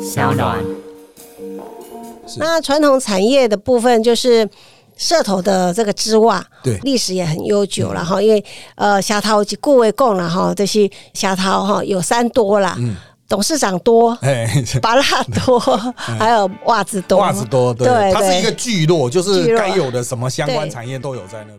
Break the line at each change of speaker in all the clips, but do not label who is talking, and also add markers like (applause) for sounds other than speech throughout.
小暖。
那传统产业的部分就是社头的这个织袜，
对嗯
历史也很悠久了哈。因为呃，虾头及顾为贡了哈，这些虾头哈有三多啦，董事长多，
嗯
(laughs)
哎，
拔蜡
(laughs)
多，还有袜子多，
袜子多，对，
对
它是一个
对。
聚落，就
聚
是
落
该有的什么相关
对
产业都有在那。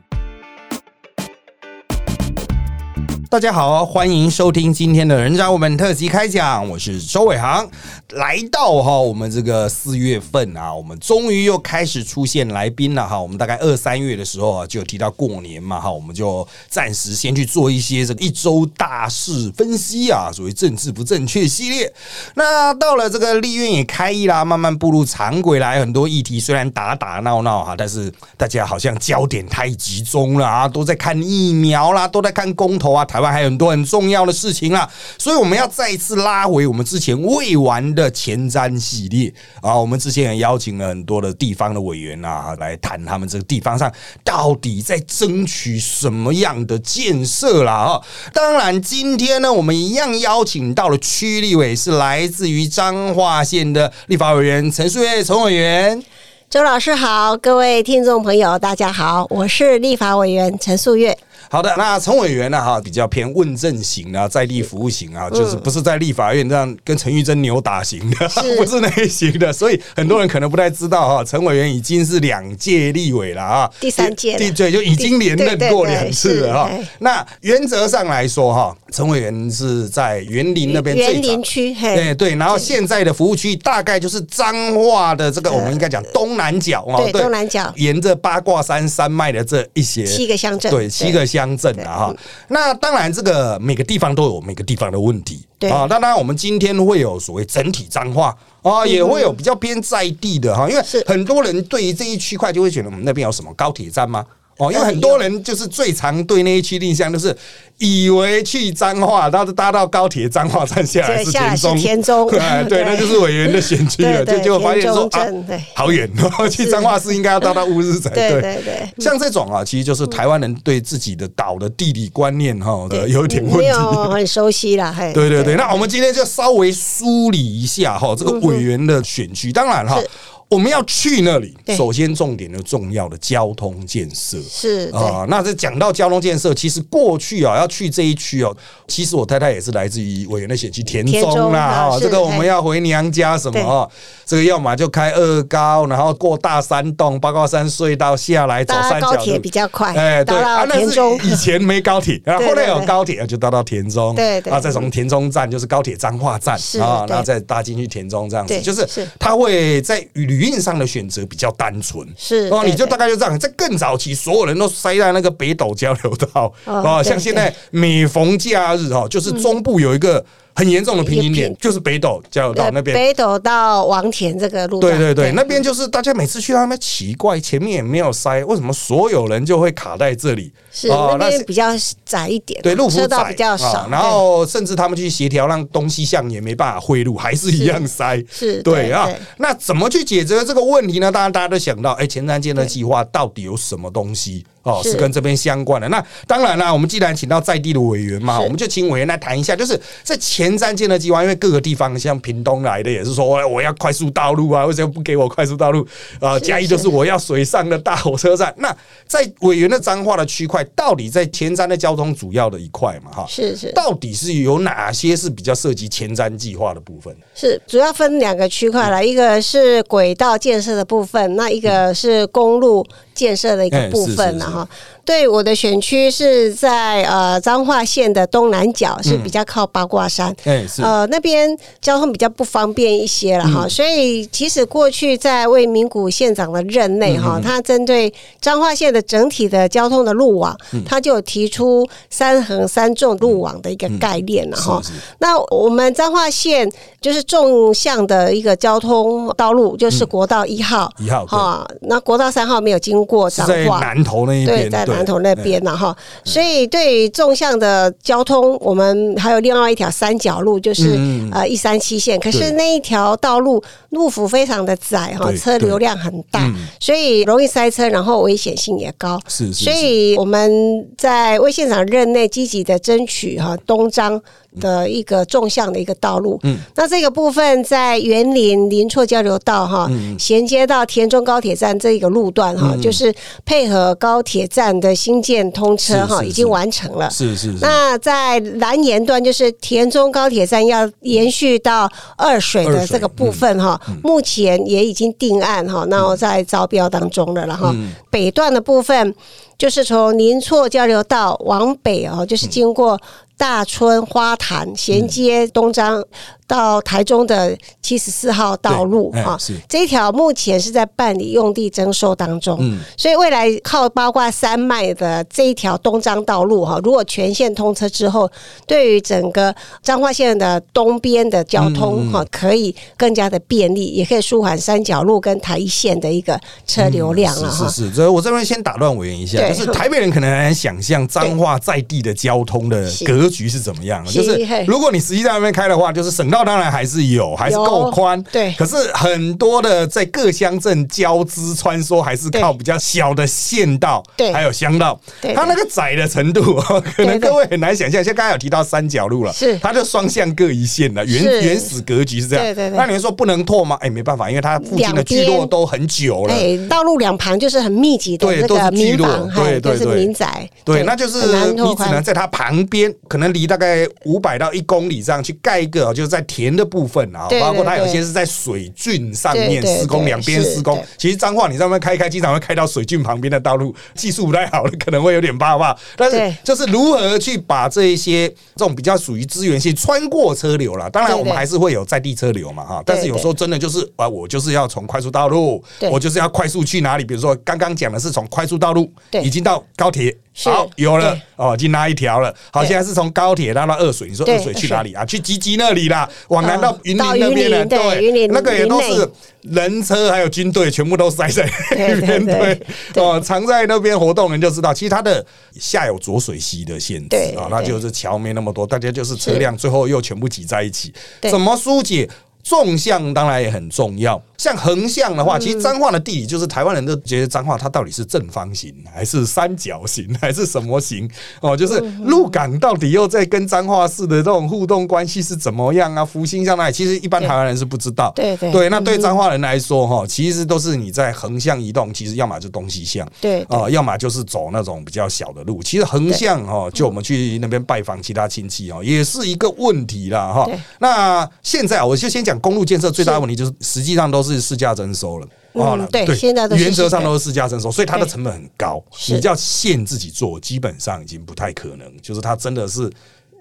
大家好，欢迎收听今天的《人渣我们特辑》开讲，我是周伟航。来到哈，我们这个四月份啊，我们终于又开始出现来宾了哈。我们大概二三月的时候啊，就有提到过年嘛哈，我们就暂时先去做一些这个一周大事分析啊，所谓政治不正确系列。那到了这个立院也开议啦，慢慢步入常轨啦，有很多议题虽然打打闹闹哈，但是大家好像焦点太集中了啊，都在看疫苗啦，都在看公投啊，台湾还有很多很重要的事情啦，所以我们要再一次拉回我们之前未完的前瞻系列啊，我们之前也邀请了很多的地方的委员啊，来谈他们这个地方上到底在争取什么样的建设啦啊。当然，今天呢，我们一样邀请到了区立委是来自于彰化县的立法委员陈树业陈委员。
周老师好，各位听众朋友大家好，我是立法委员陈素月。
好的，那陈委员呢？哈，比较偏问政型啊，在地服务型
嗯
啊，就是不是在立法院这样跟陈玉珍扭打型的，
是
(laughs) 不是那一型的，所以很多人可能不太知道哈，陈委员已经是两届立委了啊，
第三届了
对对，就已经连任
对对
过
对
两次了哈
是哎。
那原则上来说哈，陈委员是在园林那边最早
园林区，
对
嘿，
对，然后现在的服务区大概就是彰化的这个，我们应该讲东南角啊，
呃对东南角
沿着八卦山山脉的这一些
七个乡镇
对
对
七个乡镇啊哈。那当然，这个每个地方都有每个地方的问题
对
啊。那当然，我们今天会有所谓整体彰化啊，也会有比较偏在地的哈，因为
嗯是
很多人对于这一区块就会觉得，嗯，那边有什么高铁站吗？哦，
呃
因为很多人就是最常对那一区印象就是以为去彰化，然后搭到高铁彰化站下来
对
是
下
田
来是
中，
田中
(laughs) 哎对，
对
那就是委员的选区了，
对
就
对
就发现说
田中
啊
镇对，
好远哦， (laughs) 去彰化市应该要到到乌日才
对
对
对嗯对
像这种啊，其实就是台湾人对自己的岛的地理观念哈的有一点问
没
题。
有很熟悉啦，嘿，
对对对，那我们今天就稍微梳理一下哈，这个委员的选区。当然哈
嗯是，
我们要去那里，
对
首先重点的重要的交通建设。
是，对，
啊、那这讲到交通建设，其实过去啊，要去这一区哦，其实我太太也是来自于委员的选区田
田
中
中
啦，
啊
哈、
是
这个我们
嘿
要回娘家什么
对
啊，这个要么就开二高，然后过大山洞、八卦山隧道下来走
搭
三
高
角
铁
路
比。较快，
哎，对
到
啊
到，
那
田中
是以前没高
(laughs)
铁，然后
对
后来有
对对
高铁，就搭到田中，
对对
啊，再从田中站就是高铁彰化站
是
啊，
对
然后再搭进去田中这样子，
对
就是
是
它会在旅运上的选择比较单纯，
是
哦，
对
你就
对
大概就这样，在更早期，所有人都塞在那个北斗交流道
哦
哦，
对
像现在每逢假日哈，就是中部有一个很严重的平行点
一，
就是北斗交流道
呃
那边。
北斗到王田这个路段，
对对对，那边就是大家每次去到那边奇怪，前面也没有塞，为什么所有人就会卡在这里？
是
哦
那
是
边比较窄一点，
对路幅
车道
窄
比较
啊
少，
然后甚至他们去协调，让东西向也没办法汇入，还是一样塞。
是
对
对
啊
对，
那怎么去解决这个问题呢？当然，大家都想到，哎，前瞻建设计划到底有什么东西哦，
是
是跟这边相关的？那当然啦，我们既然请到在地的委员嘛，
是
我们就请委员来谈一下，就是这前瞻建设计划，因为各个地方像屏东来的也是说，哎我要快速道路啊，为什么不给我快速道路？啊，嘉义就是我要水上的大火车站。那在委员的彰化的区块，到底在前瞻的交通主要的一块嘛，哈，
是是
到底是有哪些是比较涉及前瞻计划的部分？
是主要分两个区块
嗯
了，一个是轨道建设的部分，那一个是公路建设的一个部分
哎是是
了
是
哈。对，我的选区是在呃彰化县的东南角，是
嗯
比较靠八卦山。
哎，是嗯
呃，那边交通比较不方便一些了哈，所以其实过去在魏明谷县长的任内哈，
嗯
他针对彰化县的整体的交通的路网，
嗯
他就有提出三横三纵路网的一个概念了哈。
嗯是
那我们彰化县就是纵向的一个交通道路，就是国道一号，
嗯一号对
哈，那国道三号没有经过
是
彰
在
化，
南投那一
对，
边，
在南投那边了哈。所以对于纵向的交通，我们还有另外一条三角路，就是
嗯嗯嗯
呃一三七线。可
对
是那一条道路路幅非常的窄哈，
对
车流量很大
嗯，
所以容易塞车，然后危险性也高。
是是，
所以我们在魏县长任内积极的争取哈东张的一个纵向的一个道路。
嗯，
那这个部分在园林林厝交流道哈，
嗯
衔接到田中高铁站这一个路段哈，就是配合高铁站的新建通车
是
哈，
是
已经完成了。
是是是，
那在南沿端，就是田中高铁站要延续到二水的这个部分哈，
嗯
目前也已经定案哈，那我在招标当中了，然后
嗯
北段的部分就是从宁厝交流道往北哦，就是经过。大村花坛衔接东张到台中的七十四号道路
对哎
啊
是，
这一条目前是在办理用地征收当中。
嗯
所以未来靠包括山脉的这一条东张道路哈，如果全线通车之后，对于整个彰化县的东边的交
嗯
通哈，可以更加的便利，也可以舒缓三角路跟台一线的一个车流量了
嗯是
哈。
是是，所以我这边先打断委员一下，
对
就是台北人可能很难想象彰化在地的交通的
是
格局是怎么样的。啊就是是
嘿
如果你实际在那边开的话，就是省道当然还是有，还是够宽，
对
可是很多的在各乡镇交织穿梭，还是靠比较小的县道，
对
还有乡道，
对
它那个窄的程度，哦可能
对对
各位很难想象。像刚才有提到三角路了，
是
它就双向各一线了，原
是
原始格局是这样。
对对对
那你说不能拓吗？哎，没办法，因为它附近的
两
聚
边
落都很久了。
哎，道路两旁就是很密集的
对
这
都是
个
聚
民
落
房，
对
还有
对
就是
对
民宅，
对，那就是
很难拓
你只
宽
能在它旁边，可能离大概五百到一公里上去盖一个哦，就是在田的部分啊，
对
包括它
对
有
对
些是在水郡上
对
面
对
施工，
对
两边
是
施工
对。
其实彰化你上面开一开，经常会开到水郡旁边的道路，技术不太好了，可能会有点怕怕。但是
对
就是如何去把这一些这种比较属于资源性穿过车流啦，当然
对对
我们还是会有在地车流嘛哈，
对
但是有时候真的就是啊，我就是要从快速道路，
对
我就是要快速去哪里，比如说刚刚讲的是从快速道路
对
已经到高铁。
是
好，有了
对
哦，已经拉一条了。好，
对
现在是从高铁拉到二水，你说
对
二水去哪里啊？去吉吉那里啦，往南到
嗯
云林那边
到
了。
云林对云林
那个也都
林
是
内
人车还有军队全部都塞在
对
那边。
对对
对，哦，常在那边活动的人就知道，其实它的下有浊水溪的限制
对
啊，那
对
就是桥没那么多，大家就是车辆最后又全部挤在一起，
对
怎么疏解？纵向当然也很重要，像横向的话，
嗯
其实彰化的地理就是台湾人都觉得彰化它到底是正方形还是三角形还是什么形哦，就是
嗯
鹿港到底又在跟彰化市的这种互动关系是怎么样啊？福星向那里，其实一般台湾人是不知道，
对对
对，那对彰化人来说哈，其实都是你在横向移动，其实要么就东西向，
对对
啊、要么就是走那种比较小的路。其实横向哦，就我们去那边拜访其他亲戚哦，也是一个问题啦哈
嗯对。
那现在啊我就先讲公路建设最大的问题，就是实际上都是市价征收了。哦
嗯对现在都是
原则
市价
上都是市价征收，所以它的
对
成本很高。
是
你叫县自己做，基本上已经不太可能，就是它真的是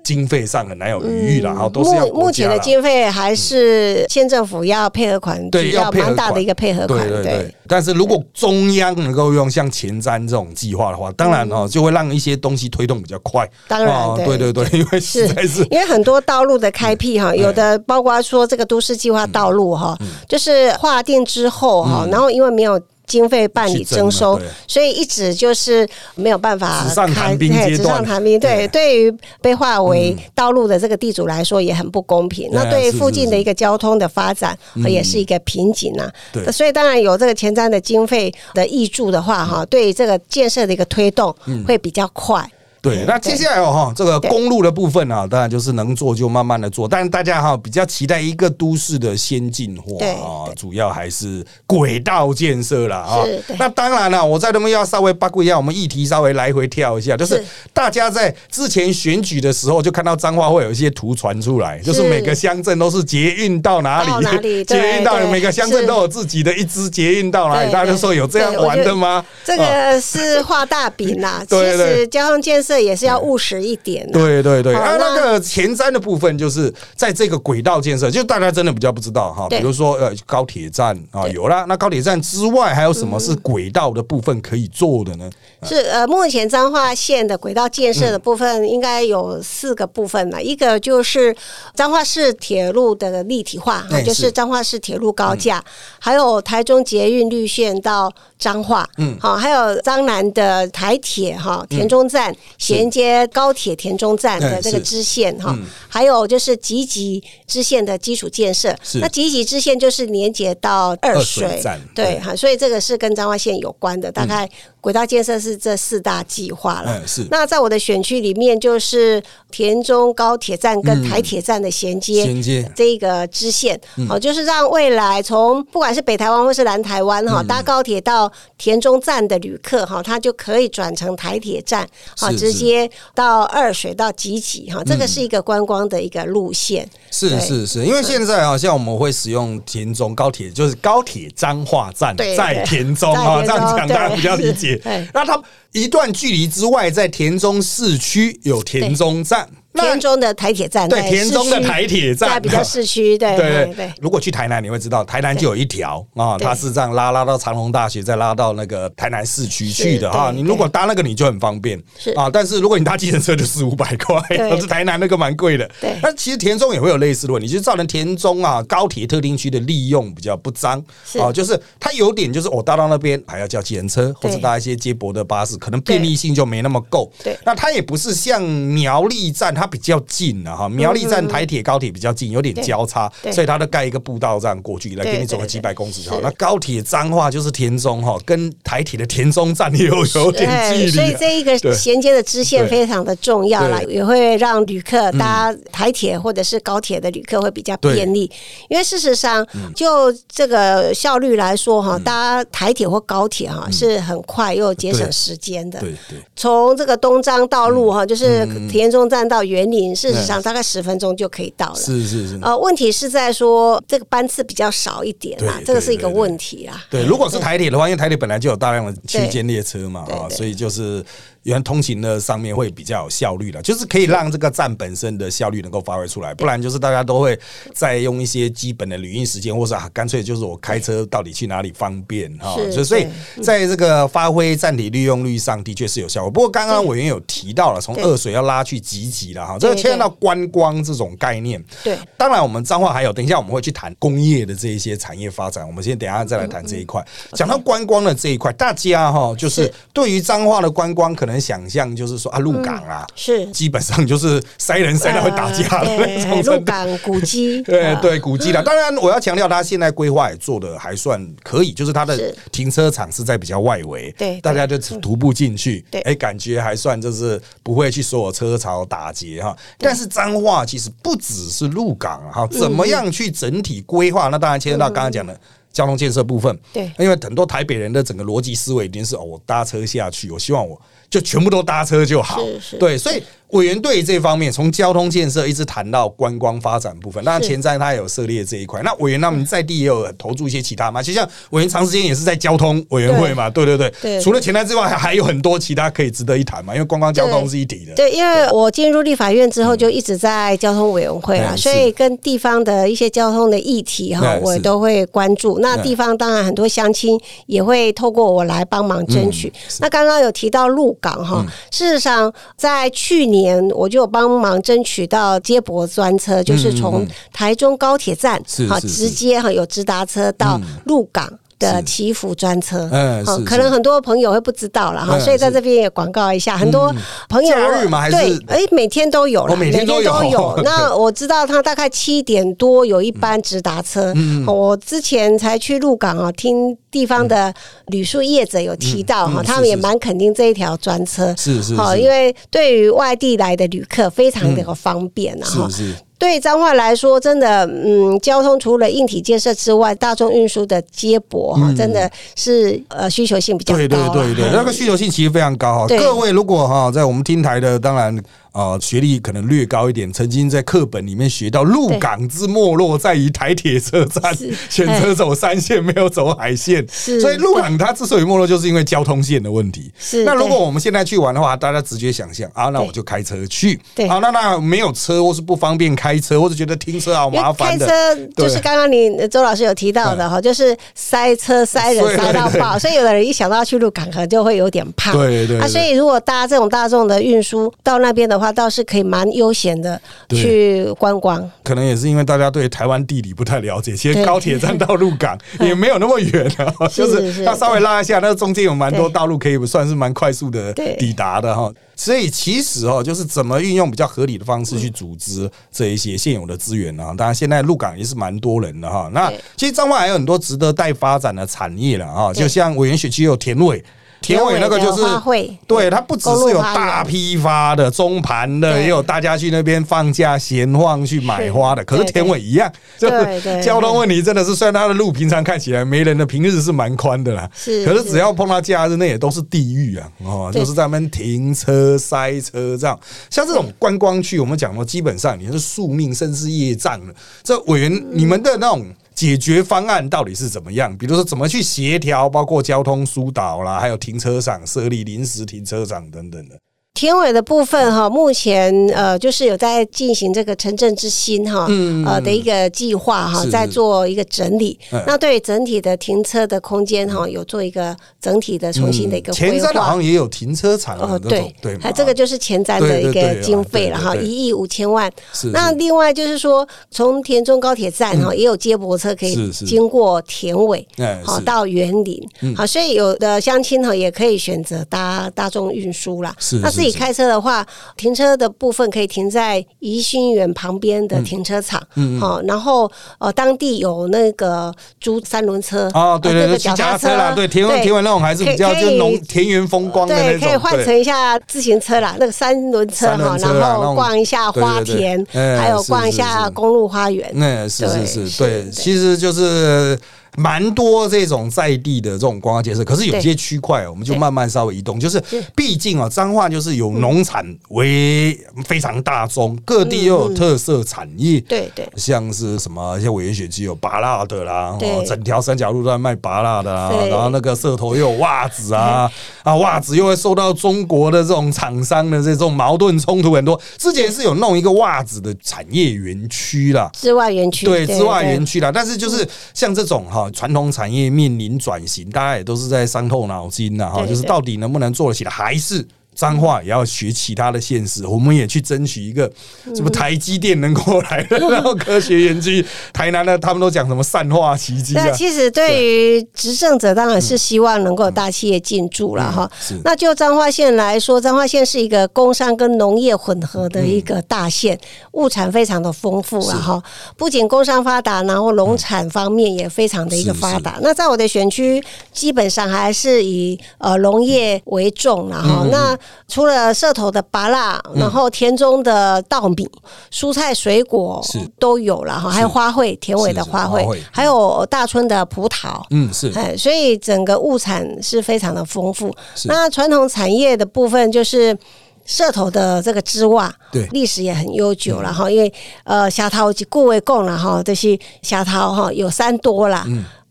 经费上很难有余裕了，哈、都是要
嗯目
国
目
家
前
啦
的经费还是县政府要配合款，
对
比
要
较
配合
蛮大的
款
一个配合款，
对
对，
但是如果中央能够用像前瞻这种计划的话，当然哦，就会让一些东西推动比较快。
嗯当然
哦对
对
对对，因为实
是
在是。嗯
因为很多道路的开辟哈，有的包括说这个都市计划道路哈，就是划定之后哈，然后因为没有。经费办理征收
嗯去征了，
所以一直就是没有办法
纸上
开
谈兵
嘿
阶
纸
段
上谈兵，
对嗯
对，对于被划为道路的这个地主来说也很不公平。
对啊
那对于
是
附
是嗯
近的一个交通的发展呃也是一个瓶颈呐
对。
那所以当然有这个前瞻的经费的益助的话
嗯
哈，对于这个建设的一个推动会比较快。
对，那接下来哦哈，这个
嗯对
公路的部分啊，当然就是能做就慢慢的做，但是大家哈比较期待一个都市的先进化
对
啊，主要还是轨道建设啦啊
是对。
那当然了，我在那边要稍微八卦一下，我们议题稍微来回跳一下，就是
是
大家在之前选举的时候就看到彰化会有一些图传出来，就是
是
每个乡镇都是捷运到哪
到
里
哪，
(laughs)
里
捷
对
运到哪里
对
每个乡镇
是
都有自己的一支捷运到哪里，
对
大家就
对
说有这样
对我
玩
觉
的
得
吗？
这
啊，
个是画大饼啦
(laughs) 对对
其实交通建设也是要务实一点的。
对对对，
好
啊，那
那
个前瞻的部分就是在这个轨道建设，就大家真的比较不知道哈，比
对
如说呃高铁站啊有啦，那高铁站之外还有什么是轨道的部分可以做的呢？
是呃，目前彰化县的轨道建设的部分应该有四个部分呢，一个就是彰化市铁路的立体化，
哎
哈就是是彰化市铁路高架，还有台中捷运绿线到彰化，嗯，好，还有彰南的台铁哈田中站、衔接高铁田中站的这个支线哈，还有就是集集支线的基础建设
是。
那集集支线就是连接到二水，
二水站
对
对
哈，所以这个是跟彰化县有关的。大概轨道建设是这四大计划了。
嗯，是
那在我的选区里面，就是田中高铁站跟台铁站的衔接。
嗯衔接嗯
这个支线，好、就是让未来从不管是北台湾或是南台湾
嗯
哈、搭高铁到田中站的旅客哈、他就可以转乘台铁站，好、
是嗯
直
是
接到二水到集集哈、这个是一个观光的一个路线。
是
对
是是，因为现在好像我们会使用田中高铁，就是高铁彰化站
对
在
对
田中啊，
在田
这样
中
讲大家
对
比较理解
是对。
那它一段距离之外，在田中市区有田中站，那
田中的台铁站，
对
在
田中
市
的
区
台铁
在
站
比较市区，对哎
对
对对
如果去台南，你会知道台南就有一条啊，
对
它是这样拉拉到长隆大学，再拉到那个台南市区去的
是
啊。
对
你如果搭那个，你就很方便
是
啊。但是如果你搭计程车，就四五百块，
对
可是台南那个蛮贵的。
对
那其实田中也会有类似的问题，就是造成田中啊高铁特定区的利用比较不彰
是
啊，就是它有点就是哦我搭到那边还要叫计程车，或
对
者搭一些接驳的巴士，可能便利性就没那么够。
对
那它也不是像苗栗站，它比较近啊了哈，苗栗站台铁高铁比较近，有点
嗯对
交叉，所
对
以。所以他都盖一个步道这样过去，来
对
给你走个
对
几
对
百公尺就好。
是
那高铁彰化就是田中哈，跟台铁的田中站也有有点距
哎
离啊，
所以这一个
对
衔接的支线
对
非常的重要啦，
对嗯
也会让旅客搭台铁或者是高铁的旅客会比较便利。因为事实上，
嗯
就这个效率来说哈，搭台铁或高铁哈是很快又节省时间的。
嗯对对嗯
从这个东张道路哈，就是田中站到园林，事实上大概十分钟就可以到了。
是是是。
呃，问题是在说这个班次比较少一点啦
对，
这个是一
对
个
对对
问题啊啦。
对，如果是台铁的话，因为台铁本来就有大量的区
对
间列车嘛，啊，
对对
所以就是原通勤的上面会比较有效率了，就是可以让这个站本身的效率能够发挥出来，不然就是大家都会再用一些基本的旅运时间，或是啊，干脆就是我开车到底去哪里方便哈，
是
所以所以
对
在这个发挥站体利用率上的确是有效果。不过刚刚委员有提到了，从
对
二水要拉去集集了哈，这个
对
牵涉
对
到观光这种概念，
对
当然，我们彰化还有，等一下我们会去谈工业的这一些产业发展。我们先等一下再来谈这一块。讲到观光的这一块，大家哈，就是
嗯是
对于彰化的观光，可能想象就是说啊，鹿港啊，
是
基本上就是塞人塞到会打架的
呃
(laughs) 那种
嗯对鹿
程度。
港古迹，
对
呃
对，古迹啦。当然，我要强调，它现在规划也做的还算可以，就是它的
是
停车场是在比较外围，
对对
大家就徒步进去，
对
哎，感觉还算就是不会去所有车潮打劫哈。但是彰化其实不只是鹿港啊哈，
嗯
怎么样去整体规划？那当然牵涉到刚刚讲的。交通建设部分，
对
因为很多台北人的整个逻辑思维已经是哦，我搭车下去，我希望我就全部都搭车就好，
是是
对，所以委员对于这方面，从交通建设一直谈到观光发展部分，当然
是
前瞻它也有涉猎这一块。那委员他们在地也有投注一些其他嘛，就像委员长时间也是在交通委员会嘛，对对对，
对
除了前瞻之外，还还有很多其他可以值得一谈嘛，因为观光交通是一体的。
对，因为我进入立法院之后，就一直在交通委员会啦，
嗯
所以跟地方的一些交通的议题哈
嗯，
我
是
都会关注。那
嗯
地方当然很多乡亲也会透过我来帮忙争取。
嗯
那刚刚有提到鹿港哈，事实上在去年我就有帮忙争取到接驳专车，就是从台中高铁站
嗯是
好
是是嗯
直接哈有直达车到鹿港。的
是
祈福专车，
嗯
好
是
可
是
能很多朋友会不知道了哈，
嗯
所以在
是嗯
这边也广告一下，很多朋友
假日吗还是
对，哎，每天都有啦，
哦每天都有
每天
(laughs)
有那我知道他大概七点多有一班
嗯
直达车，哦我之前才去鹿港啊，听地方的旅宿业者有提到
嗯
哈，
嗯
他们也
是是
蛮肯定这一条专车。
是是
好，
是
因为对于外地来的旅客非常的方便啊，哈
是是
对彰化来说，真的，嗯，交通除了硬体建设之外，大众运输的接驳哈，真的是呃需求性比较高
嗯对
啊。
对对对，
嗯
那个需求性其实非常高哈。
对
各位如果哈在我们听台的，当然啊、呃学历可能略高一点，曾经在课本里面学到“鹿港之没落在于台铁车站
是，
(laughs) 选择走山线没有走海线”，
是
所以鹿港它之所以没落，就是因为交通线的问题。
是
那如果
对
我们现在去玩的话，大家直觉想象啊，那
对
我就开车去。
对
好，那那没有车或是不方便开车，或是觉得停车好
因
麻
为
烦
开
的，
车就是
对
刚刚你呃周老师有提到的哈，就是塞车塞
对
人塞到
(laughs) 对
爆，所以有的人一想到去鹿港，可能就会有点怕。
对对
啊，
对
所以如果搭这种大众的运输到那边的话，倒是可以蛮悠闲的
对
去观光。
可能也是因为大家对台湾地理不太了解，其实
对
高铁站到鹿
(laughs)
港也没有那么远啊，
是
就是
是
要稍微拉一下，那中间有蛮多
对
道路可以算是蛮快速的
对
抵达的哈。所以其实哦，就是怎么运用比较合理的方式去组织这一些现有的资源啊。当然，现在鹿港也是蛮多人的哈。那
对
其实彰化还有很多值得待发展的产业了啊，
对
就像委员学区有田尾，田尾那个就是
田尾的花卉，
对，它不只
公
是
路
有
花园
大批发的、中盘的，
对
也有大家去那边放假闲晃去买花的。
是
可是
对
田尾一样，就是
对对
交通问题真的是，虽然它的路平常看起来没人的，平日是蛮宽的啦。
是
可是只要碰到假日，那也都是地狱啊！哦，
对
就是在那边停车、塞车这样。像这种观光区，我们讲过，基本上你是宿命，甚至业障了。这委
嗯
员，你们的那种解决方案到底是怎么样？比如说怎么去协调，包括交通疏导啦，还有停车场设立临时停车场等等的。
田尾的部分哈，目前呃就是有在进行这个城镇之星哈，呃的一个计划哈
嗯是，
在做一个整理
嗯。
那对整体的停车的空间哈，有做一个整体的重新的一
嗯
个
前
规
瞻好
划。
像也有停车场啊
哦，
那种
对，
对嘛，
还这个就是前瞻的一
对对啊
个
对
经费了哈，
对对对
一亿五千万。
是
那
是
另外就是说，从田中高铁站哈，也有接驳车可以
是是
经过田尾，
哎
好
是嗯
到园林，好，所以有的乡亲哈也可以选择搭大众运输啦
是。
那
是
自己
是
开车的话，停车的部分可以停在宜兴园旁边
嗯
的停车场，好，然后呃当地有那个租三轮车
哦，对对
呃那
对，
个
骑
脚
家
踏
车啦，对，田尾田尾那种还是比较
可以
就农田园风光的那
对，
种，
可以换
对
成一下自行车啦，那个三轮车
三轮
哈，
车啦
然
那
后
种
逛一下花
对对对
田，
哎
还有
是
逛一
是
下
是
公路花园。
那是是
对
是，
是
对，
对
其实就是蛮多这种在地的这种观光建设，可是有
对
些区块我们就
对嗯
慢慢稍微移动，就是毕竟啊，彰化就是有农产为非常大宗，各地又
嗯
有特色产业，
对对
像是什么，像委员选区有拔辣的啦，
对
哦，整条三角路都在卖拔辣的啦，
对
然后那个社头又有袜子啊， (laughs) 啊，袜子又会受到中国的这种厂商的这种矛盾冲突很多。之前是有弄一个袜子的产业园区啦，
之外园区，
对，之外
对嗯
园区啦。但是就是像这种哈，传统产业面临转型，大家也都是在伤透脑筋了哈。
对
就是
对
到底能不能做得起来，还是？彰化也要学其他的县市，我们也去争取一个
嗯
什么台积电能够来的，然后科学园区，台南的他们都讲什么善化奇迹啊嗯
那，其实对于执政者，当然是希望能够有大企业进驻了哈。
是
那就彰化县来说，彰化县是一个工商跟农业混合
嗯
的一个大县，物产非常的丰富了哈。不仅工商发达，然后
嗯
农产方面也非常的一个发达。那在我的选区，基本上还是以呃农业为重了
嗯
哈。那除了社头的拔蜡，然后田中的稻米、蔬菜、水果
是
都有了哈，还有
是
花卉、田尾的
是是
花
花卉
卉，还有大村的葡萄。
嗯，是
哎，所以整个物产是非常的丰富
是。
那传统产业的部分就是。社头的这个织袜，
对嗯
历史也很悠久了哈，因为呃，虾头及顾为贡了哈，这些虾头哈有三多啦，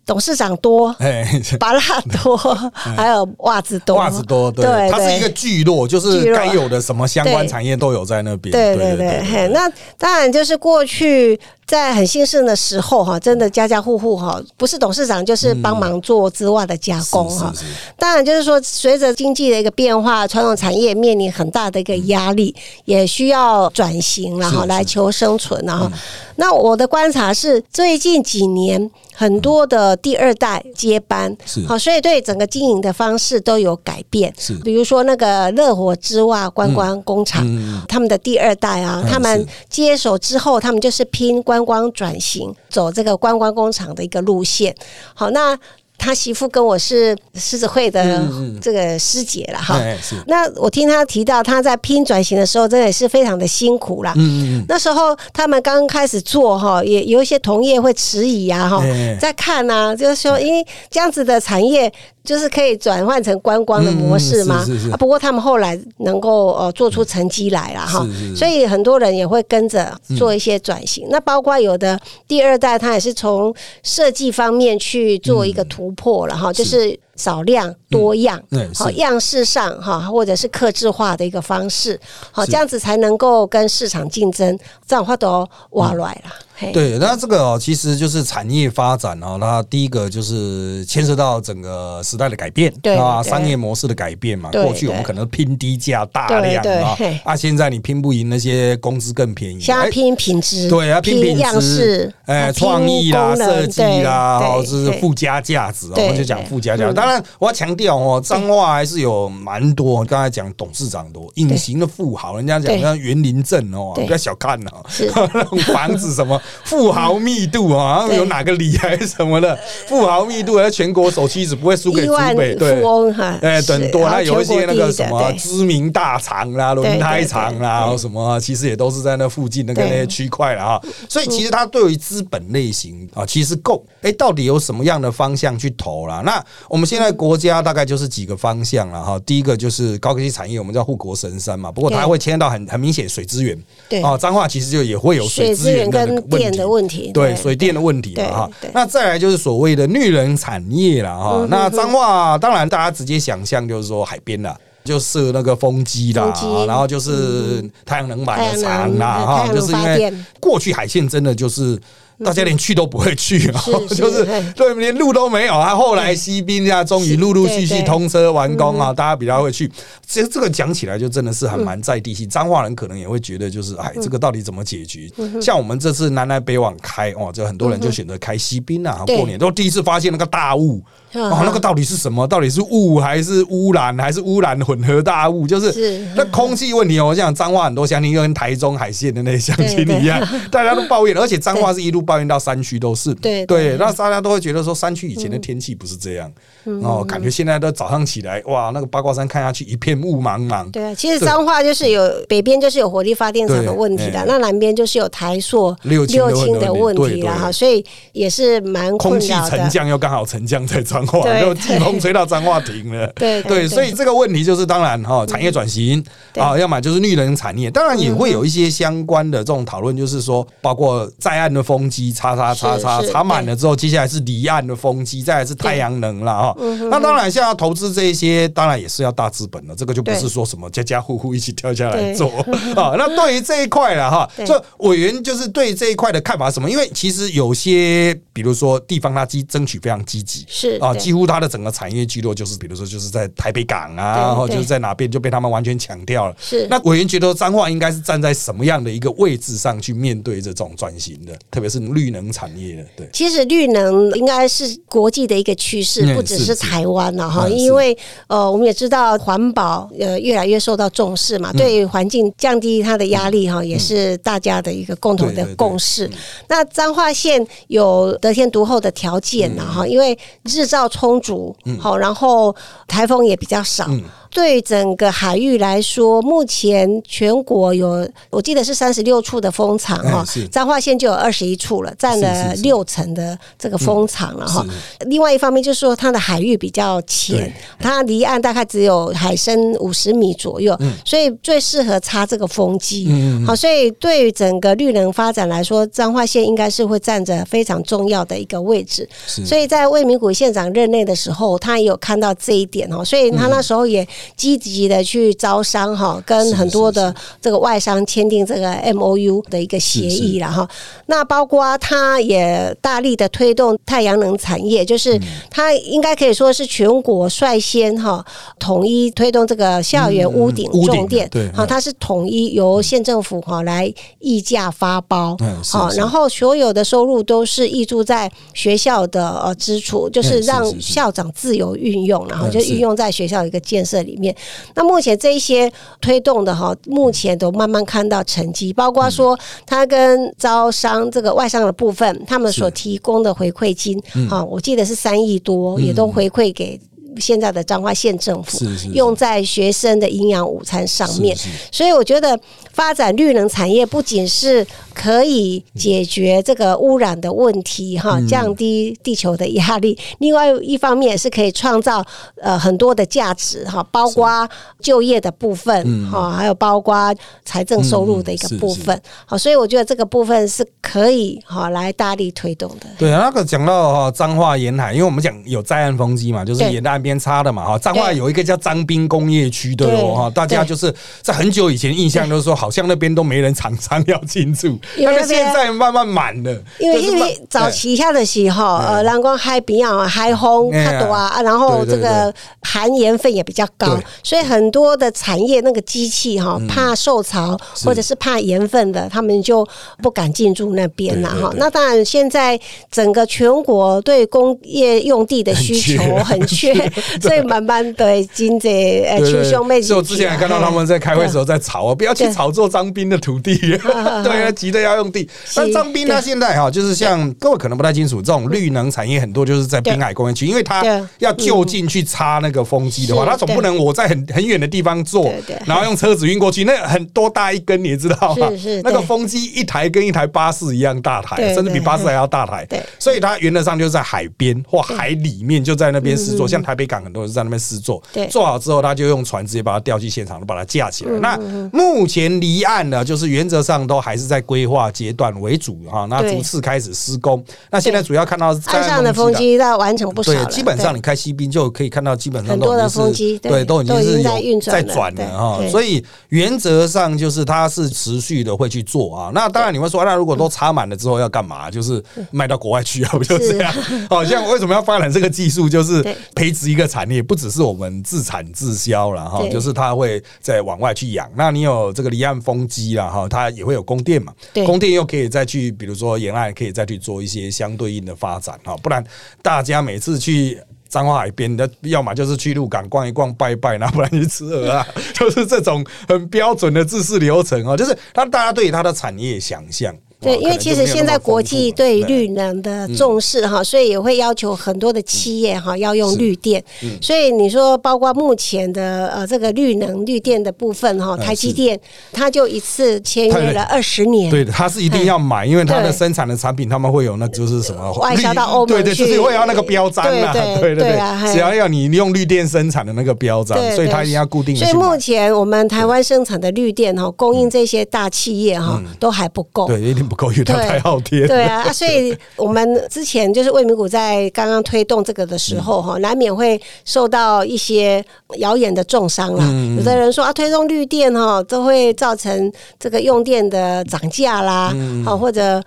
董事长多，
嗯哎，
拔蜡
(laughs)
多，还有袜子多，
袜子多，
对，
对，它是
对
一个聚落，就
聚
是
落
该有的什么相关
对
产业都有在那边，
对对对，嘿，那当然就是过去在很兴盛的时候哈，真的家家户户哈，不是董事长就是帮忙做织袜的加工
是
哈。
是是
当然就是说，随着经济的一个变化，传统产业面临很大的一个压力，也需要转型然
是嗯
后
是
来求生存然后。那我的观察是，最近几年很多的第二代接班
是，
好，所以对整个经营的方式都有改变。
是
比如说那个热火织袜观光工厂，
嗯，
他们的第二代啊
嗯，
他们
是
接手之后，他们就是拼观光转型，走这个观光工厂的一个路线。好，那他媳妇跟我是狮子会的
嗯嗯
这个师姐了哈。
哎是，
那我听他提到，他在拼转型的时候，真的也是非常的辛苦啦。
嗯嗯
那时候他们刚开始做哈，也有一些同业会迟疑啊哈
哎，
在看啊，就是说，因为这样子的产业就是可以转换成观光的模式嘛。
嗯是是是
啊不过他们后来能够呃做出成绩来了哈
嗯是是是，嗯
所以很多人也会跟着做一些转型。那包括有的第二代，他也是从设计方面去做一个突破了哈，就是。少量多样，
嗯对
好
是
样式上哈，或者是克制化的一个方式，好
是
这样子才能够跟市场竞争，这样话都挖来啦。嘿，
嗯对，那这个哦，其实就是产业发展哦。那第一个就是牵涉到整个时代的改变，
对
啊，
对
商业模式的改变嘛。
对
过去我们
对
可能拼低价大
对
量
对
啊
嘿，
啊，现在你拼不赢那些工资更便宜，
想
哎
要拼品质，
对啊，拼品
样
质
式，，
哎，
啊
创意啦、
拼功能
设计
对
啦，
对
哦，这是
对
附加价值哦，
对
我们就讲
对
附加价值。
嗯
当然，我要强调哦，脏话还是有蛮多。刚才讲董事长多，隐形的富豪，人家讲
对
像园林镇哦，
对
不要小看哦，
是
(laughs) 那种房子
(laughs)
什么富豪密度啊，好像
对
有哪个里还是什么的，富豪密度，而全国首屈一指不会输给
亿
湖
万
北，
富
对。
翁哈，
哎，
是
等多，
然后
那有一
全
些
国
那
第
个
一
什
的
么
对
知名大厂啦、轮胎厂啦，
对对对
然后什么啊，其实也都是在那附近那个
对
那些区块了哈。所以其实它对于资本类型啊，其实够哎，到底有什么样的方向去投啦？那我们现在国家大概就是几个方向了哈。第一个就是高科技产业，我们叫护国神山嘛，不过它
对
会牵到很很明显水资源。
对
啊，彰化其实就也会有
水
资
资源
源的那
跟
个问
电
题
的问题，
对水电的问题嘛
对
哈
对。嗯
那再来就是所谓的绿能产业了哈。那彰化当然大家直接想象就是说海边啦。就设那个风机啦，
风机嗯
然后就是太阳能板的
哎太阳
厂
能
啦，哈，
太阳
啊
能
就是因
发
为
电
过去海线真的就是大家连去都不会去啊
是，是
(laughs) 就是
嘿
对连路都没有啊。后来西滨啊，终于
是
陆陆续
对嗯
续
对
通车完工啊，大家比较会去。其实这个讲起来就真的是还蛮
嗯
在地性，彰化人可能也会觉得就是哎，这个到底怎么解决？
嗯
像我们这次南来北往开哦，就很多人就选择开西滨啊，
对
过年都第一次发现那个大雾。
嗯
哦，那个到底是什么？到底是雾还是污染，还是污染混合大雾？就是
是
那空气问题哦。我想彰化很多乡亲就跟台中海线的那些乡亲一样， (laughs) 大家都抱
(laughs)
怨，而且彰化是一路抱怨到山区都是。
对
对，
对
那大家都会觉得说山区以前的天气不是这样，
嗯
哦，感觉现在都早上起来哇，那个八卦山看下去一片雾茫茫。
对啊，其实
对
彰化就是有北边就是有火力发电厂的问题
对哎
的，那南边就是有台塑
六轻的问题
的问
对
题
对
啦哈，所以也是蛮
空
困
气
扰
沉
的。
降又刚好沉降在彰化，
对
然后
对
季风吹到彰化停了。
对嗯
对，所以这个问题就是当然哈，产业转型
对
啊，要么就是绿能产业，当然也会有一些相关的这种讨论，就是说，包括在岸的风机，叉叉叉叉
是是
插满了之后，接下来是离岸的风机，再来是太阳能了哈。
嗯
那当然，现在要投资这一些，当然也是要大资本了，这个就不
对
是说什么家家户户一起跳下来
对
做 (laughs) 啊。那对于这一块了哈，
对
这委员就是对这一块的看法是什么？因为其实有些，比如说地方它积争取非常积极，
是
啊，
对
几乎它的整个产业聚落就是，比如说就是在台北港啊，
对
然后
对
就是在哪边就被他们完全抢掉了。
是
那委员觉得彰化应该是站在什么样的一个位置上去面对这种转型的，特别是绿能产业的，对。
其实绿能应该是国际的一个趋势
嗯，
不只
是
是台湾了哈，
嗯是
因为呃，我们也知道环保呃越来越受到重视
嗯
嘛，对环境降低它的压力哈，也是大家的一个共同
对嗯
的
对对
共识。那彰化县有得天独厚的条件了
嗯
哈，因为日照充足，好，然后台风也比较少。
嗯
对整个海域来说，目前全国有我记得是三十六处的风场哈
哎是，
彰化县就有二十一处了，占
是
了
是是
六成的这个风场了哈。
嗯是
另外一方面就是说，它的海域比较浅
对，
它离岸大概只有海深五十米左右，所以最适合插这个风机。
嗯
好，所以对于整个绿能发展来说，彰化县应该是会占着非常重要的一个位置。
是
所以在魏明谷县长任内的时候，他也有看到这一点哦，所以
嗯
他那时候也积极的去招商哈，跟很多的这个外商签订这个 M O U 的一个协议了哈。那包括他也大力的推动太阳能产业，就是
嗯
他应该可以说是全国率先哈，统一推动这个校园屋顶
嗯屋顶
重电
对，
好，它是统一由县政府哈来议价发包
嗯，是
好，
是
然后所有的收入都是挹注在学校的呃支出，就
嗯
是
是
让
是是
校长自由运用，然后
嗯
就是运用在学校一个建设里面。那目前这一些推动的哈，目前都慢慢看到成绩，包括
嗯
说他跟招商这个外商的部分，他们所
是嗯
提供的回馈金啊，我记得是三亿多，也都回馈给。现在的彰化县政府
是是是
用在学生的营养午餐上面，
是
所以我觉得发展绿能产业不仅是可以解决这个污染的问题哈，
嗯
降低地球的压力，另外一方面也是可以创造呃很多的价值哈，包括就业的部分哈，还有包括财政收入的一个
嗯嗯嗯
部分。好，所以我觉得这个部分是可以哈来大力推动的。
哦对啊，那个讲到哈彰化沿海，因为我们讲有在岸风机嘛，就是
对
沿岸岸边擦的嘛哈。彰化
对
有一个叫彰滨工业区的哦
对
哈，大家
对
就是在很久以前印象就是说，好像那边都没人厂商要进驻，
因
但
为那
是
边
现在慢慢满了，
因为
就是
因
慢哎
为早
对
期下的时候，呃，南光海边啊，海风
哎呀
太多啊，然后
对对
这个含盐分也比较高
对，嗯
所以很多的产业那个机器哈，怕受潮
是
或者是怕盐分的，他们就不敢进驻那边了
对对
哈
对。
那当然，现在整个全国对工业用地的需求
很 (laughs)
很缺，所以慢慢的经济呃，
对
秋
对
兄妹，哎
所以我之前还看到他们在开会的时候在吵啊，不要去
啊嗯对
炒作张斌的土
(laughs)
地， (laughs) 对啊，急着要用地。
是
那张斌他
对嗯
现在哈，就是像各位可能不太清楚，这种绿能产业很多就是在滨海工业区，因为他
对嗯
要就近去插那个风机的话，
是
他总
对
不能我在很很远的地方做
对对，
然后用车子运过去，那很多大一根，你也知道吗
是是？
那个
对
风机一台跟一台巴士一样大台，
对
甚至比
对
巴士还要大台
对。
所以它原则上就是在海边或海里面，就在那边
嗯
施作。像台北港很多人是在那边施作，
对嗯
做好之后，他就用船直接把它吊去现场，把它架起来。那目前离岸呢，就是原则上都还是在规划阶段为主哈。那
对
逐次开始施工。那现在主要看到是在
哎岸上的风
啦。
机那完成不少
对
了，，
基本
对
上你开西滨就可以看到，基本上
很
都
多的
已经是
风机对
对，都已经
都已
是
经
有
在运转
在
了
转
对
了哈。
对
所以原则上就是它是持续的会去做啊。那当然你会说，那如果
嗯
都插满了之后要干嘛？就是卖到国外去啊，不 (laughs) 就这样？好像为什么要发展这个技术，就是
对
培植一个产业，不只是我们自产自销了哈，
对
就是它会再往外去养。那你有这个离岸风机了哈，它也会有供电嘛，
对
供电又可以再去，比如说沿岸可以再去做一些相对应的发展哈，不然大家每次去。彰化海边的，要么就是去鹿港逛一逛、拜一拜，然 (laughs) 后不然就去吃鹅啊，就是这种很标准的制式流程哦。就是他大家对于它的产业想象，
对，
哦
因为其实现在国际对绿能的重视
嗯
哈，所以也会要求很多的企业哈要用绿电。
嗯
所以你说，包括目前的呃这个绿能绿电的部分哈，
嗯
台积电它就一次签约了二十年。
对，他是一定要买，因为他的
对
生产的产品，他们会有那个就是什么
外销到
绿
欧盟
对对，就
去
是会要那个标章啊，
对对
(laughs) 对
对啊嘿
只要要你用绿电生产的那个标章，
对
所以
对
他一定要固定的
所以
去
目
买。
前我们台湾生产的绿电哈，供应这些大企业哈都还不够。
嗯对，一定不够，因为它
对
太耗电。
对啊，啊所以我们之前就是卫民股在刚刚推动这个的时候哈，难免会受到一些谣言的重伤啦。有的人说啊，推动绿电哈，都会造成这个用电的涨价啦，好、或者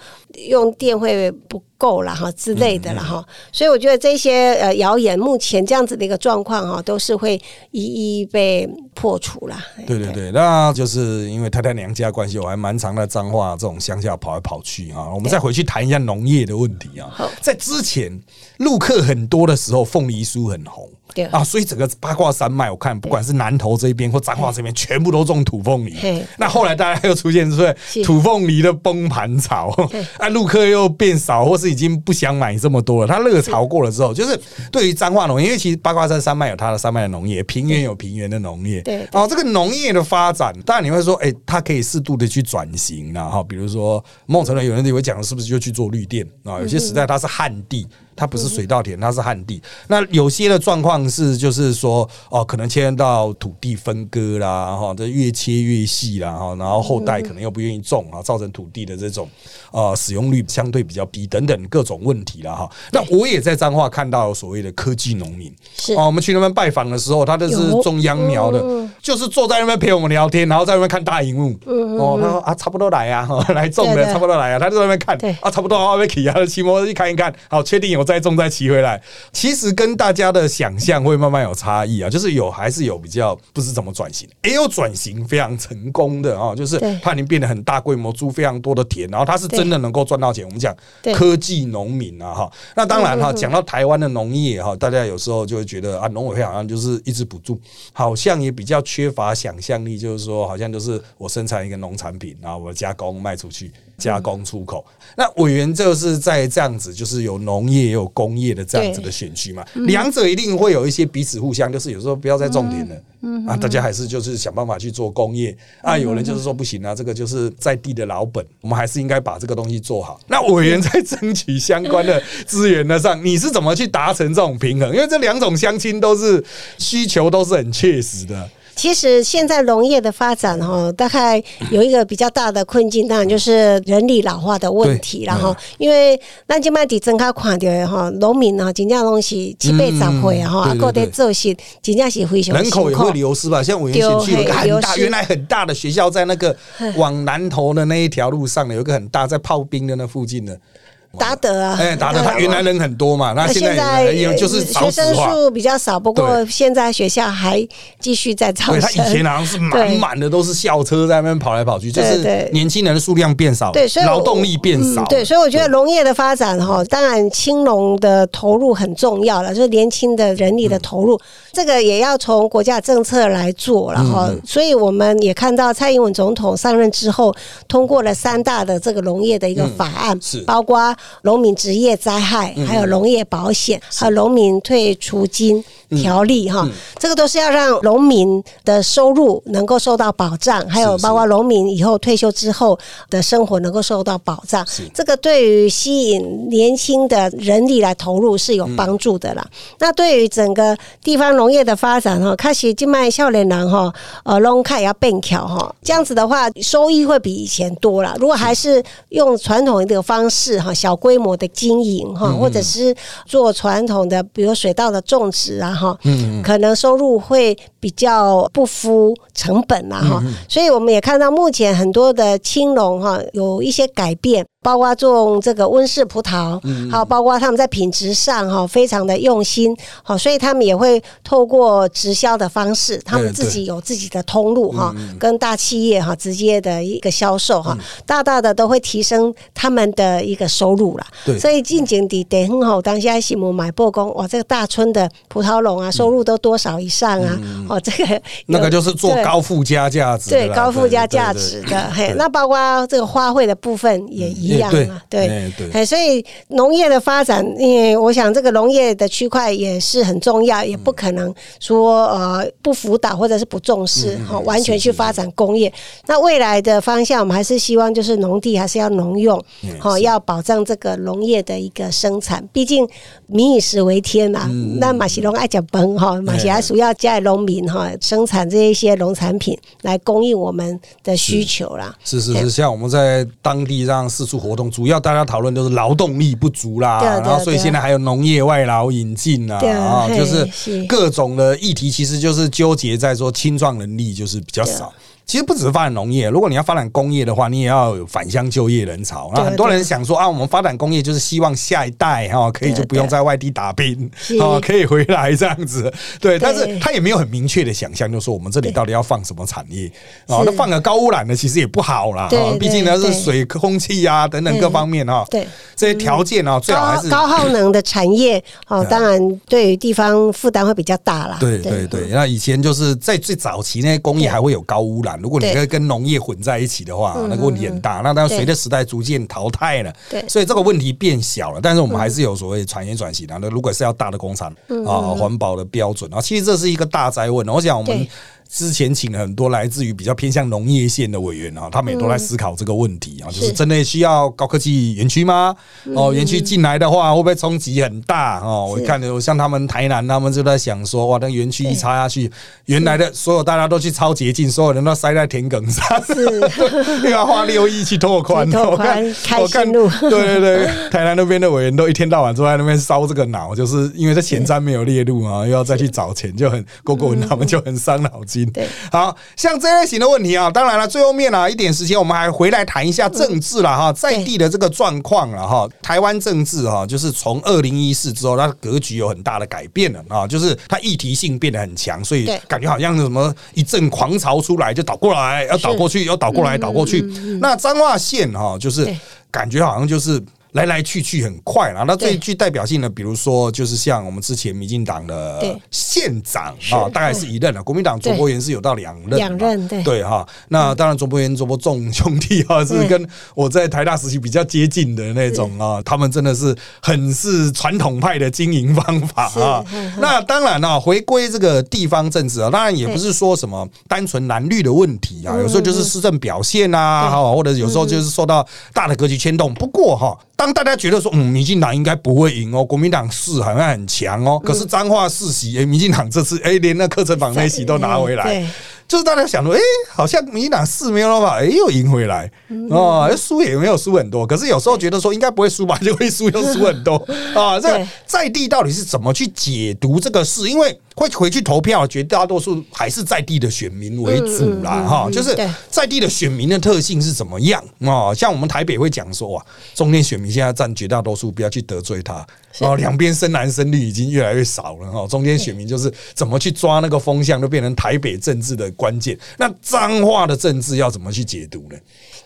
用电会不。够啦哈之类的啦哈，所以我觉得这些呃谣言目前这样子的一个状况哈，都是会一一被破除啦。哎
对对对，那就是因为太太娘家的关系，我还蛮常在彰化这种乡下跑来跑去啊。我们再回去谈一下农业的问题啊
好。
在之前陆客很多的时候，凤梨酥很红。
对
啊，所以整个八卦山脉，我看不管是南投这边或彰化这边，全部都种土凤梨
嘿。
那后来大家又出现是
是
土凤梨的崩盘潮， (laughs) 啊，陆客又变少，或是已经不想买这么多了。它热潮过了之后，就是对于彰化农业，因为其实八卦山山脉有它的山脉的农业，平原有平原的农业，
对对
哦，这个农业的发展，当然你会说，哎、它可以适度的去转型啦，哈，比如说孟城的有人也会讲，是不是就去做绿电啊？有些时代它是旱地，它不是水稻田，它是旱地。那有些的状况是，就是说，哦，可能牵涉到土地分割啦，哈，这越切越细啦，哈，然后后代可能又不愿意种啊，造成土地的这种呃使用率相对比较低等等各种问题啦，哈。那我也在彰化看到所谓的科技农民，
是
哦，我们去那边拜访的时候，他的是
有嗯
中央苗的，就是坐在那边陪我们聊天，然后在那边看大荧幕。哦，他说啊，差不多来啊， (laughs) 来种
嗯
的
对对
差不多来啊，他就在那边看
对
啊，差不多啊，被起啊，骑摩托去看一看，好，确定有栽种再骑回来。其实跟大家的想象会慢慢有差异啊，就是有还是有比较不知怎么转型，也有转型非常成功的啊、哦，就是
对
它已经变得很大规模，租非常多的田，然后它是真的能够赚到钱。我们讲
对嗯
科技农民啊哈，那当然哈，讲到台湾的农业哈，大家有时候就会觉得啊，农委会好像就是一直补助，好像也比较缺乏想象力，就是说好像就是我生产一个农产品，然后我加工卖出去，加工出口。那委员就是在这样子，就是有农业也有工业的这样子的选区嘛，两者一定会有一些彼此互相，就是有时候不要再种田了。啊，大家还是就是想办法去做工业啊。有人就是说不行啊，这个就是在地的老本，我们还是应该把这个东西做好。那委员在争取相关的资源的上，你是怎么去达成这种平衡？因为这两种相亲都是需求都是很确实的。
其实现在农业的发展哈，大概有一个比较大的困境，当然就是人力老化的问题然后因为咱即卖伫增加看到哈，农民啊，真正拢是七八十岁
嗯
啊哈，
对对
各地做事真正是非常
人
辛
口也会
苦。
流失吧？像我原先去有一个
对
很大，
流失
原来很大的学校在那个往南头的那一条路上的，有一个很大在炮兵的那附近的，
达德啊，
哎，打的
达
他
德啊
原来人很多嘛，那
那
现
现
在
在
也也就是少啊
学
子
生
化。
数比较少，不过现在学校还继续在招
对他以前
生。
好像是满满的都是校车在那边跑来跑去，就是
对对
年轻人的数量变少了，
对，所以我
劳动力变少了
嗯，对，所以我觉得农业的发展哈，当然青农的投入很重要了，就是年轻的人
嗯
力的投入，这个也要从国家政策来做了哈。
嗯
所以我们也看到蔡英文总统上任之后，通过了三大的这个农业的一个法案，
嗯是嗯
包括农民职业灾害，还有农业保险，还有农民退除金
嗯
条例哈，这个都是要让农民的收入能够受到保障，还有
是
包括农民以后退休之后的生活能够受到保障
是，
这个对于吸引年轻的人力来投入是有帮助的啦。
嗯
那对于整个地方农业的发展哈，开始就卖少年郎哈，呃，拢开也要变巧哈，这样子的话收益会比以前多啦。如果还是用传统的方式哈，小规模的经营哈，
嗯
或者是做传统的，比如水稻的种植啊哈，
嗯
可能收入会比较不敷成本啦哈。所以我们也看到目前很多的青农哈有一些改变。包括种这个温室葡萄，还有包括他们在品质上哈非常的用心，好，所以他们也会透过直销的方式，他们自己有自己的通路
嗯
哈，跟大企业哈直接的一个销售哈，
嗯
大大的都会提升他们的一个收入啦。
对
所以近景底得很好，当下新闻买破工，哇，这个大村的葡萄农啊，收入都多少以上啊？哦，这个有
嗯那个就是做
对
高附加价值的啦，
对高附加价值
对对对 (laughs)
的，嘿，那包括这个花卉的部分也一
也
样啊，
对
对
哎对，
哎，所以农业的发展，因为我想这个农业的区块也是很重要，
嗯
也不可能说呃不辅导或者是不重
嗯
视哈、完全去发展工业。那未来的方向，我们还是希望就是农地还是要农用，
嗯
好、要保障这个农业的一个生产。毕竟民以食为天呐、
嗯
那马西龙爱讲本
哎
哈，马西还主要家里农民哈生产这一些农产品来供应我们的需求啦。哎
是是是，像我们在当地上四处活动，主要大家讨论都是劳动力不足啦，
对啊对啊
然后所以现在还有农业外劳引进啦，
对啊
啊，
嘿
就是
是
各种的议题，其实就是纠结在说青壮人力就是比较少。其实不只是发展农业，如果你要发展工业的话，你也要有返乡就业人潮。那
对啊
很多
对啊
人想说啊，我们发展工业就是希望下一代哈、可以
对啊
就不用
对啊
在外地打拼
是
哦，可以回来这样子。对，但是
对
他也没有很明确的想象，就说我们这里到底要放什么产业啊？哦
是
那放个高污染的其实也不好啦。
对
啊，
对
毕竟呢是
对
水、空气啊等等各方面啊，
对。嗯
这些条件啊，最好还
高
是哎
高耗能的产业
(laughs)
哦，当然对于地方负担会比较大啦。
对对对，那以前就是在最早期那些工业还会有高污染，如果你
对嗯
跟跟农业混在一起的话，那个问题很大。那当然随着时代逐渐淘汰了，
对
所以这个问题变小了。但是我们还是有所谓产业转型啊。那如果是要大的工厂
嗯
啊，环保的标准啊，其实这是一个大灾问。我想我们
对。
之前请了很多来自于比较偏向农业县的委员啊，他们也都在思考这个问题啊，就是
嗯是嗯
真的需要高科技园区吗？哦，园区进来的话会不会冲击很大？哦，我
是
看我像他们台南，他们就在想说，哇，那园区一插下去，原来的所有大家都去超捷径，所有人都塞在田埂上， (laughs) 又要花六亿去拓宽，
去
(laughs)
拓
我看
宽开
我看
新路
对对对，台南那边的委员都一天到晚坐在那边烧这个脑，就是因为在前瞻没有列入啊，又要再去找钱，就很郭国文他们就很伤脑筋。
对，
好像这类型的问题啊，当然了，最后面啊一点时间，我们还回来谈一下政治了哈，在地的这个状况了哈。台湾政治哈，就是从二零一四之后，它的格局有很大的改变了啊，就是它议题性变得很强，所以
对
感觉好像什么一阵狂潮出来就倒过来，要倒过去，要倒过来，倒过
嗯
去。那彰化县哈，就是
对
感觉好像就是。来来去去很快啦，那最
对
具代表性的，比如说就是像我们之前民进党的
对
县长啊，大概是一任了，国民党卓
对
伯源是有到两任嘛，
两任对
对哈。那当然，卓伯源、卓伯仲兄弟啊，是
嗯
跟我在台大时期比较接近的那种啊，他们真的是很是传统派的经营方法啊
是嗯。
那当然啊，回归这个地方政治啊，当然也不是说什么单纯蓝绿的问题啊，有时候就是施政表现啊，哈，或者有时候就是受到大的格局牵动。不过哈，当大家觉得说，嗯，民进党应该不会赢哦，国民党是好像很强哦，可
嗯
是彰化四席，哎，民进党这次哎、连那课程坊那席都拿回来，
对，
就是大家想说，哎、好像民进党是没有办法，哎、又赢回来哦，输也没有输很多，可是有时候觉得说应该不会输吧，就会输又输很多啊。这个
对
在地到底是怎么去解读这个事？因为会回去投票，绝大多数还是在地的选民为主啦，哈、就是
对
嗯在地的选民的特性是怎么样啊、哦？像我们台北会讲说哇，中间选民现在占绝大多数，不要去得罪他。哦，两边深蓝深绿已经越来越少了哈、哦，中间选民就是怎么去抓那个风向，都变成台北政治的关键。那脏话的政治要怎么去解读呢？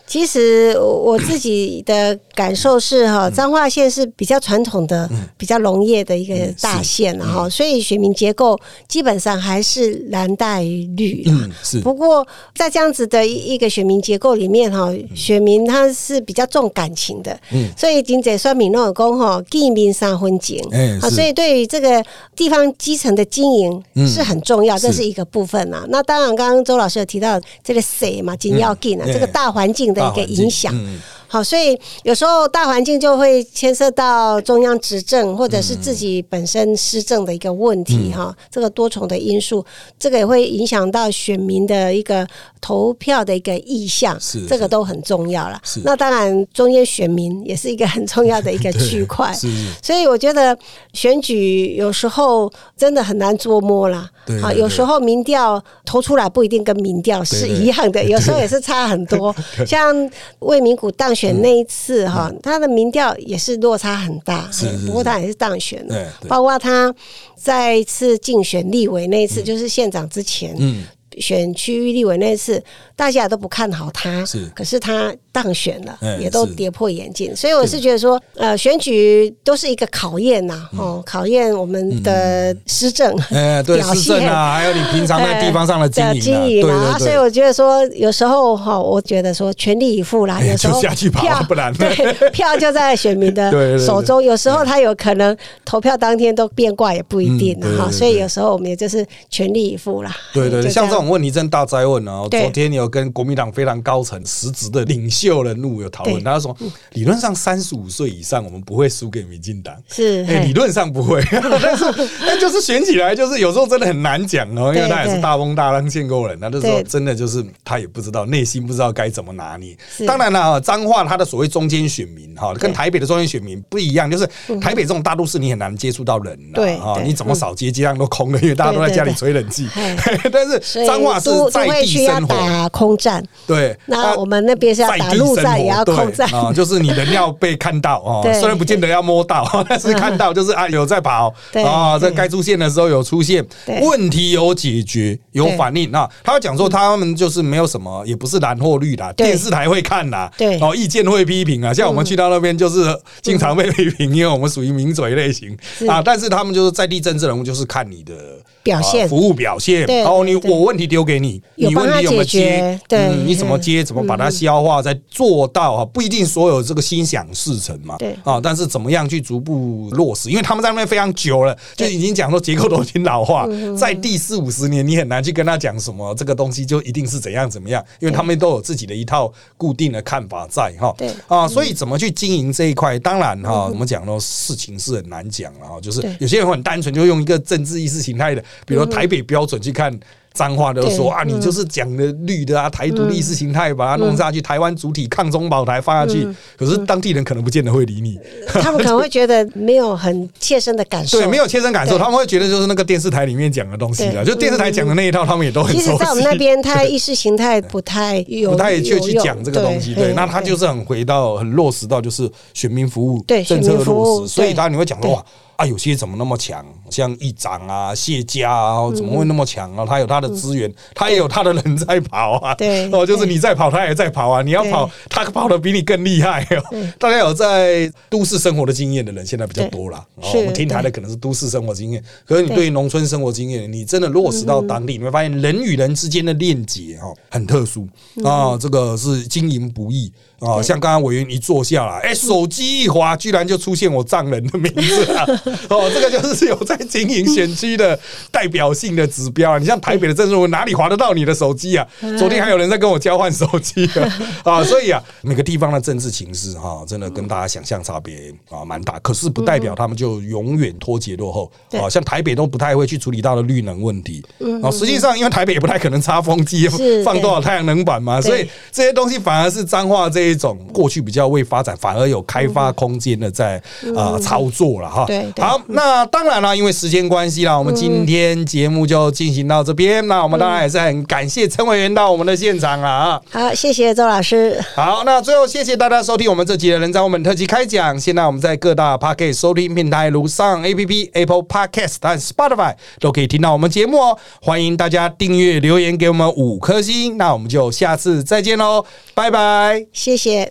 其实我我自己的感受是
嗯
哈，彰化县是比较传统的、比较农业的一个大县
嗯
了哈，所以选民结构基本上还是蓝带绿啦。
嗯，是
不过在这样子的一个选民结构里面哈，
嗯
选民他是比较重感情的，所以金姐算闽南公哈，地民三分情
哎，
啊，
是嗯
所以对于这个地方基层的经营是很重要，这
是
是一个部分啊。那当然，刚刚周老师有提到这个谁嘛，紧要进啊，
嗯
这个
哎
大环境的
大
一个
环境
影响。
嗯
好，所以有时候大环境就会牵涉到中央执政或者是自己本身施政的一个问
嗯
题哈、这个多重的因素，这个也会影响到选民的一个投票的一个意向，
是
这
是
个都很重要了
是。
那当然，中间选民也是一个很重要的一个
(laughs)
区块，
是是
所以我觉得选举有时候真的很难捉摸啦
对。对
啊，
对
有时候民调投出来不一定跟民调是一样的，有时候也是差
(laughs)
很多。像魏明谷当选那一次哈，他的民调也是落差很大
嗯是是，
不过他也是当选
对
了
对。
包括他再一次竞选立委那一次，就是县长之前，
嗯，
选区域立委那次，大家都不看好他，
是
可是他当选了，
哎
也都
是
跌破眼镜，所以我是觉得说，呃，选举都是一个考验呐、
嗯
哦，考验我们的施政。
哎，对，
表
市政
现
啊，还有你平常在地方上的经 (laughs) 营、啊，
呃经
对
营啊，
对
所以
对。
我觉得说，有时候哈，我觉得说全力以赴啦，有时候
哎就下去跑
票
不然
对票就在选民
(laughs)
的
对对对
手中，有时候他有可能投票当天都变卦也不一定
嗯对
啊哈，
对对
所以有时候我们也就是全力以赴啦。哎
对对
就
对，
这
像
样
这种问题真大灾问啊！我
对
昨天有跟国民党非常高层、实职的领袖人物有讨论，
对嗯
他说理论上三十五岁以上我们不会输给民进党，
是
哎、
嘿
理论上不
(laughs)
会，但是但就是选起来就是有时候真的很难讲哦，因为
对
他也是
对
大风大浪见过人，啊那那时候
对
真的就是他也不知道内心不知道该怎么拿捏。
是
当然了，彰化他的所谓中间选民哈，跟
对嗯
台北的中间选民不一样，就是台北这种大都市你很难接触到人啦
对
哈，
对
你怎么扫街街上都空的，因为大家都在家里吹冷气
对。
(laughs) 但是
所以
彰化是
都都
在
会
地
去要
生活，
打空战，
对，
那
啊
我们那边是要
在
打
地
陆
生活
战，也要
对
空战。 (laughs)
啊，就是你的尿被看到哦，
对
虽然不见得要摸到， (laughs) 但是看到就是啊有在跑
对
啊，这
对
该出现的时候有出现，
对
问题有解决有
对
反应啊。他会讲说他们就是没有什么，也不是蓝或绿啦，
对
电视台会看啦，
对嗯
哦，意见会批评啊，像我们去到那边就是经常被批评，因为我们属于名嘴类型
是
啊，但是他们就是在地政治人物，就是看你的。
表现
啊服务表现，
对
哦，你
对对
我问题丢给你，
有
你
帮
问
他
题有没有
解决
接？
对
嗯你怎么
嗯
接？怎么把它消化，再做到啊？不一定所有这个心想事成嘛，
对
啊，但是怎么样去逐步落实？因为他们在那边非常久了，就
对嗯
已经讲说结构都已经老化，在第四五十年，你很难去跟他讲什么这个东西就一定是怎样怎么样，因为他们都有自己的一套固定的看法在哈
对，嗯
啊，所以怎么去经营这一块？当然哈，怎么讲呢？事情是很难讲了哈，就是
对嗯
有些人很单纯，就用一个政治意识形态的，比如说台北标准去看。脏话都说
对嗯
啊，你就是讲的绿的啊，台独的意识形态把它弄
嗯
下去，台湾主体抗中保台放下去，可是当地人可能不见得会理你，
他们可能会觉得没有很切身的感受，
对，没有。切身感受，
对
他们会觉得就是那个电视台里面讲的东西了，
对嗯
就电视台讲的那一套，他们也都很
其实
熟，悉。
在我们那边，他意识形态不太有，
不太
有
去去
用
讲这个东西，对，那他就是很回到很落实到就是选民服务
对
政策的
选民服
落
务
实，所以
对
他你会讲说
对
哇啊，有些怎么那么强，像议长啊、谢家啊，怎么会那么强
嗯
啊？他有他的资源，他也有他的人在跑啊，
对
哦，就是
对
你在跑，他也在跑啊，你要跑，他跑的比你更厉害哦。 (laughs) 大家有在都市生活的经验的人现在比较
对
多啦，哦，
是
我们听台的
对
可能是都市生活经验，可是你对于农村生活经验，你真的落实到当地，你会
嗯
发现人与人之间的链接哦很特殊啊，这个是经营不易哦，像刚刚委员一坐下来，
嗯
哎、手机一滑，居然就出现我丈人的名字
(laughs)
了。哦，这个就是有在经营选区的代表性的指标啊。你像台北的政治，我哪里划得到你的手机啊？
哎
昨天还有人在跟我交换手机啊。
(laughs)
啊，所以啊，每个地方的政治情势哈、真的跟大家想象差别啊蛮大。可是不代表他们就永远脱节落后。
对嗯
啊，像台北都不太会去处理到的绿能问题。啊，实际上因为台北也不太可能插风机
是
放多少
对
太阳能板嘛，所以
对
这些东西反而是彰化这一种过去比较未发展，反而有开
嗯
发空间的在啊、呃操作了哈。
对嗯对
好，那当然啦，因为时间关系啦，我们今天节目就进行到这
嗯
边。那我们当然也是很感谢陈委员到我们的现场了啊。
好，谢谢周老师。
好，那最后谢谢大家收听我们这集的《人渣我们特辑》开讲。现在我们在各大 Podcast 收听平台，如上 APP、Apple Podcast 和 Spotify 都可以听到我们节目哦。欢迎大家订阅、留言给我们五颗星。那我们就下次再见喽，拜拜。
谢谢。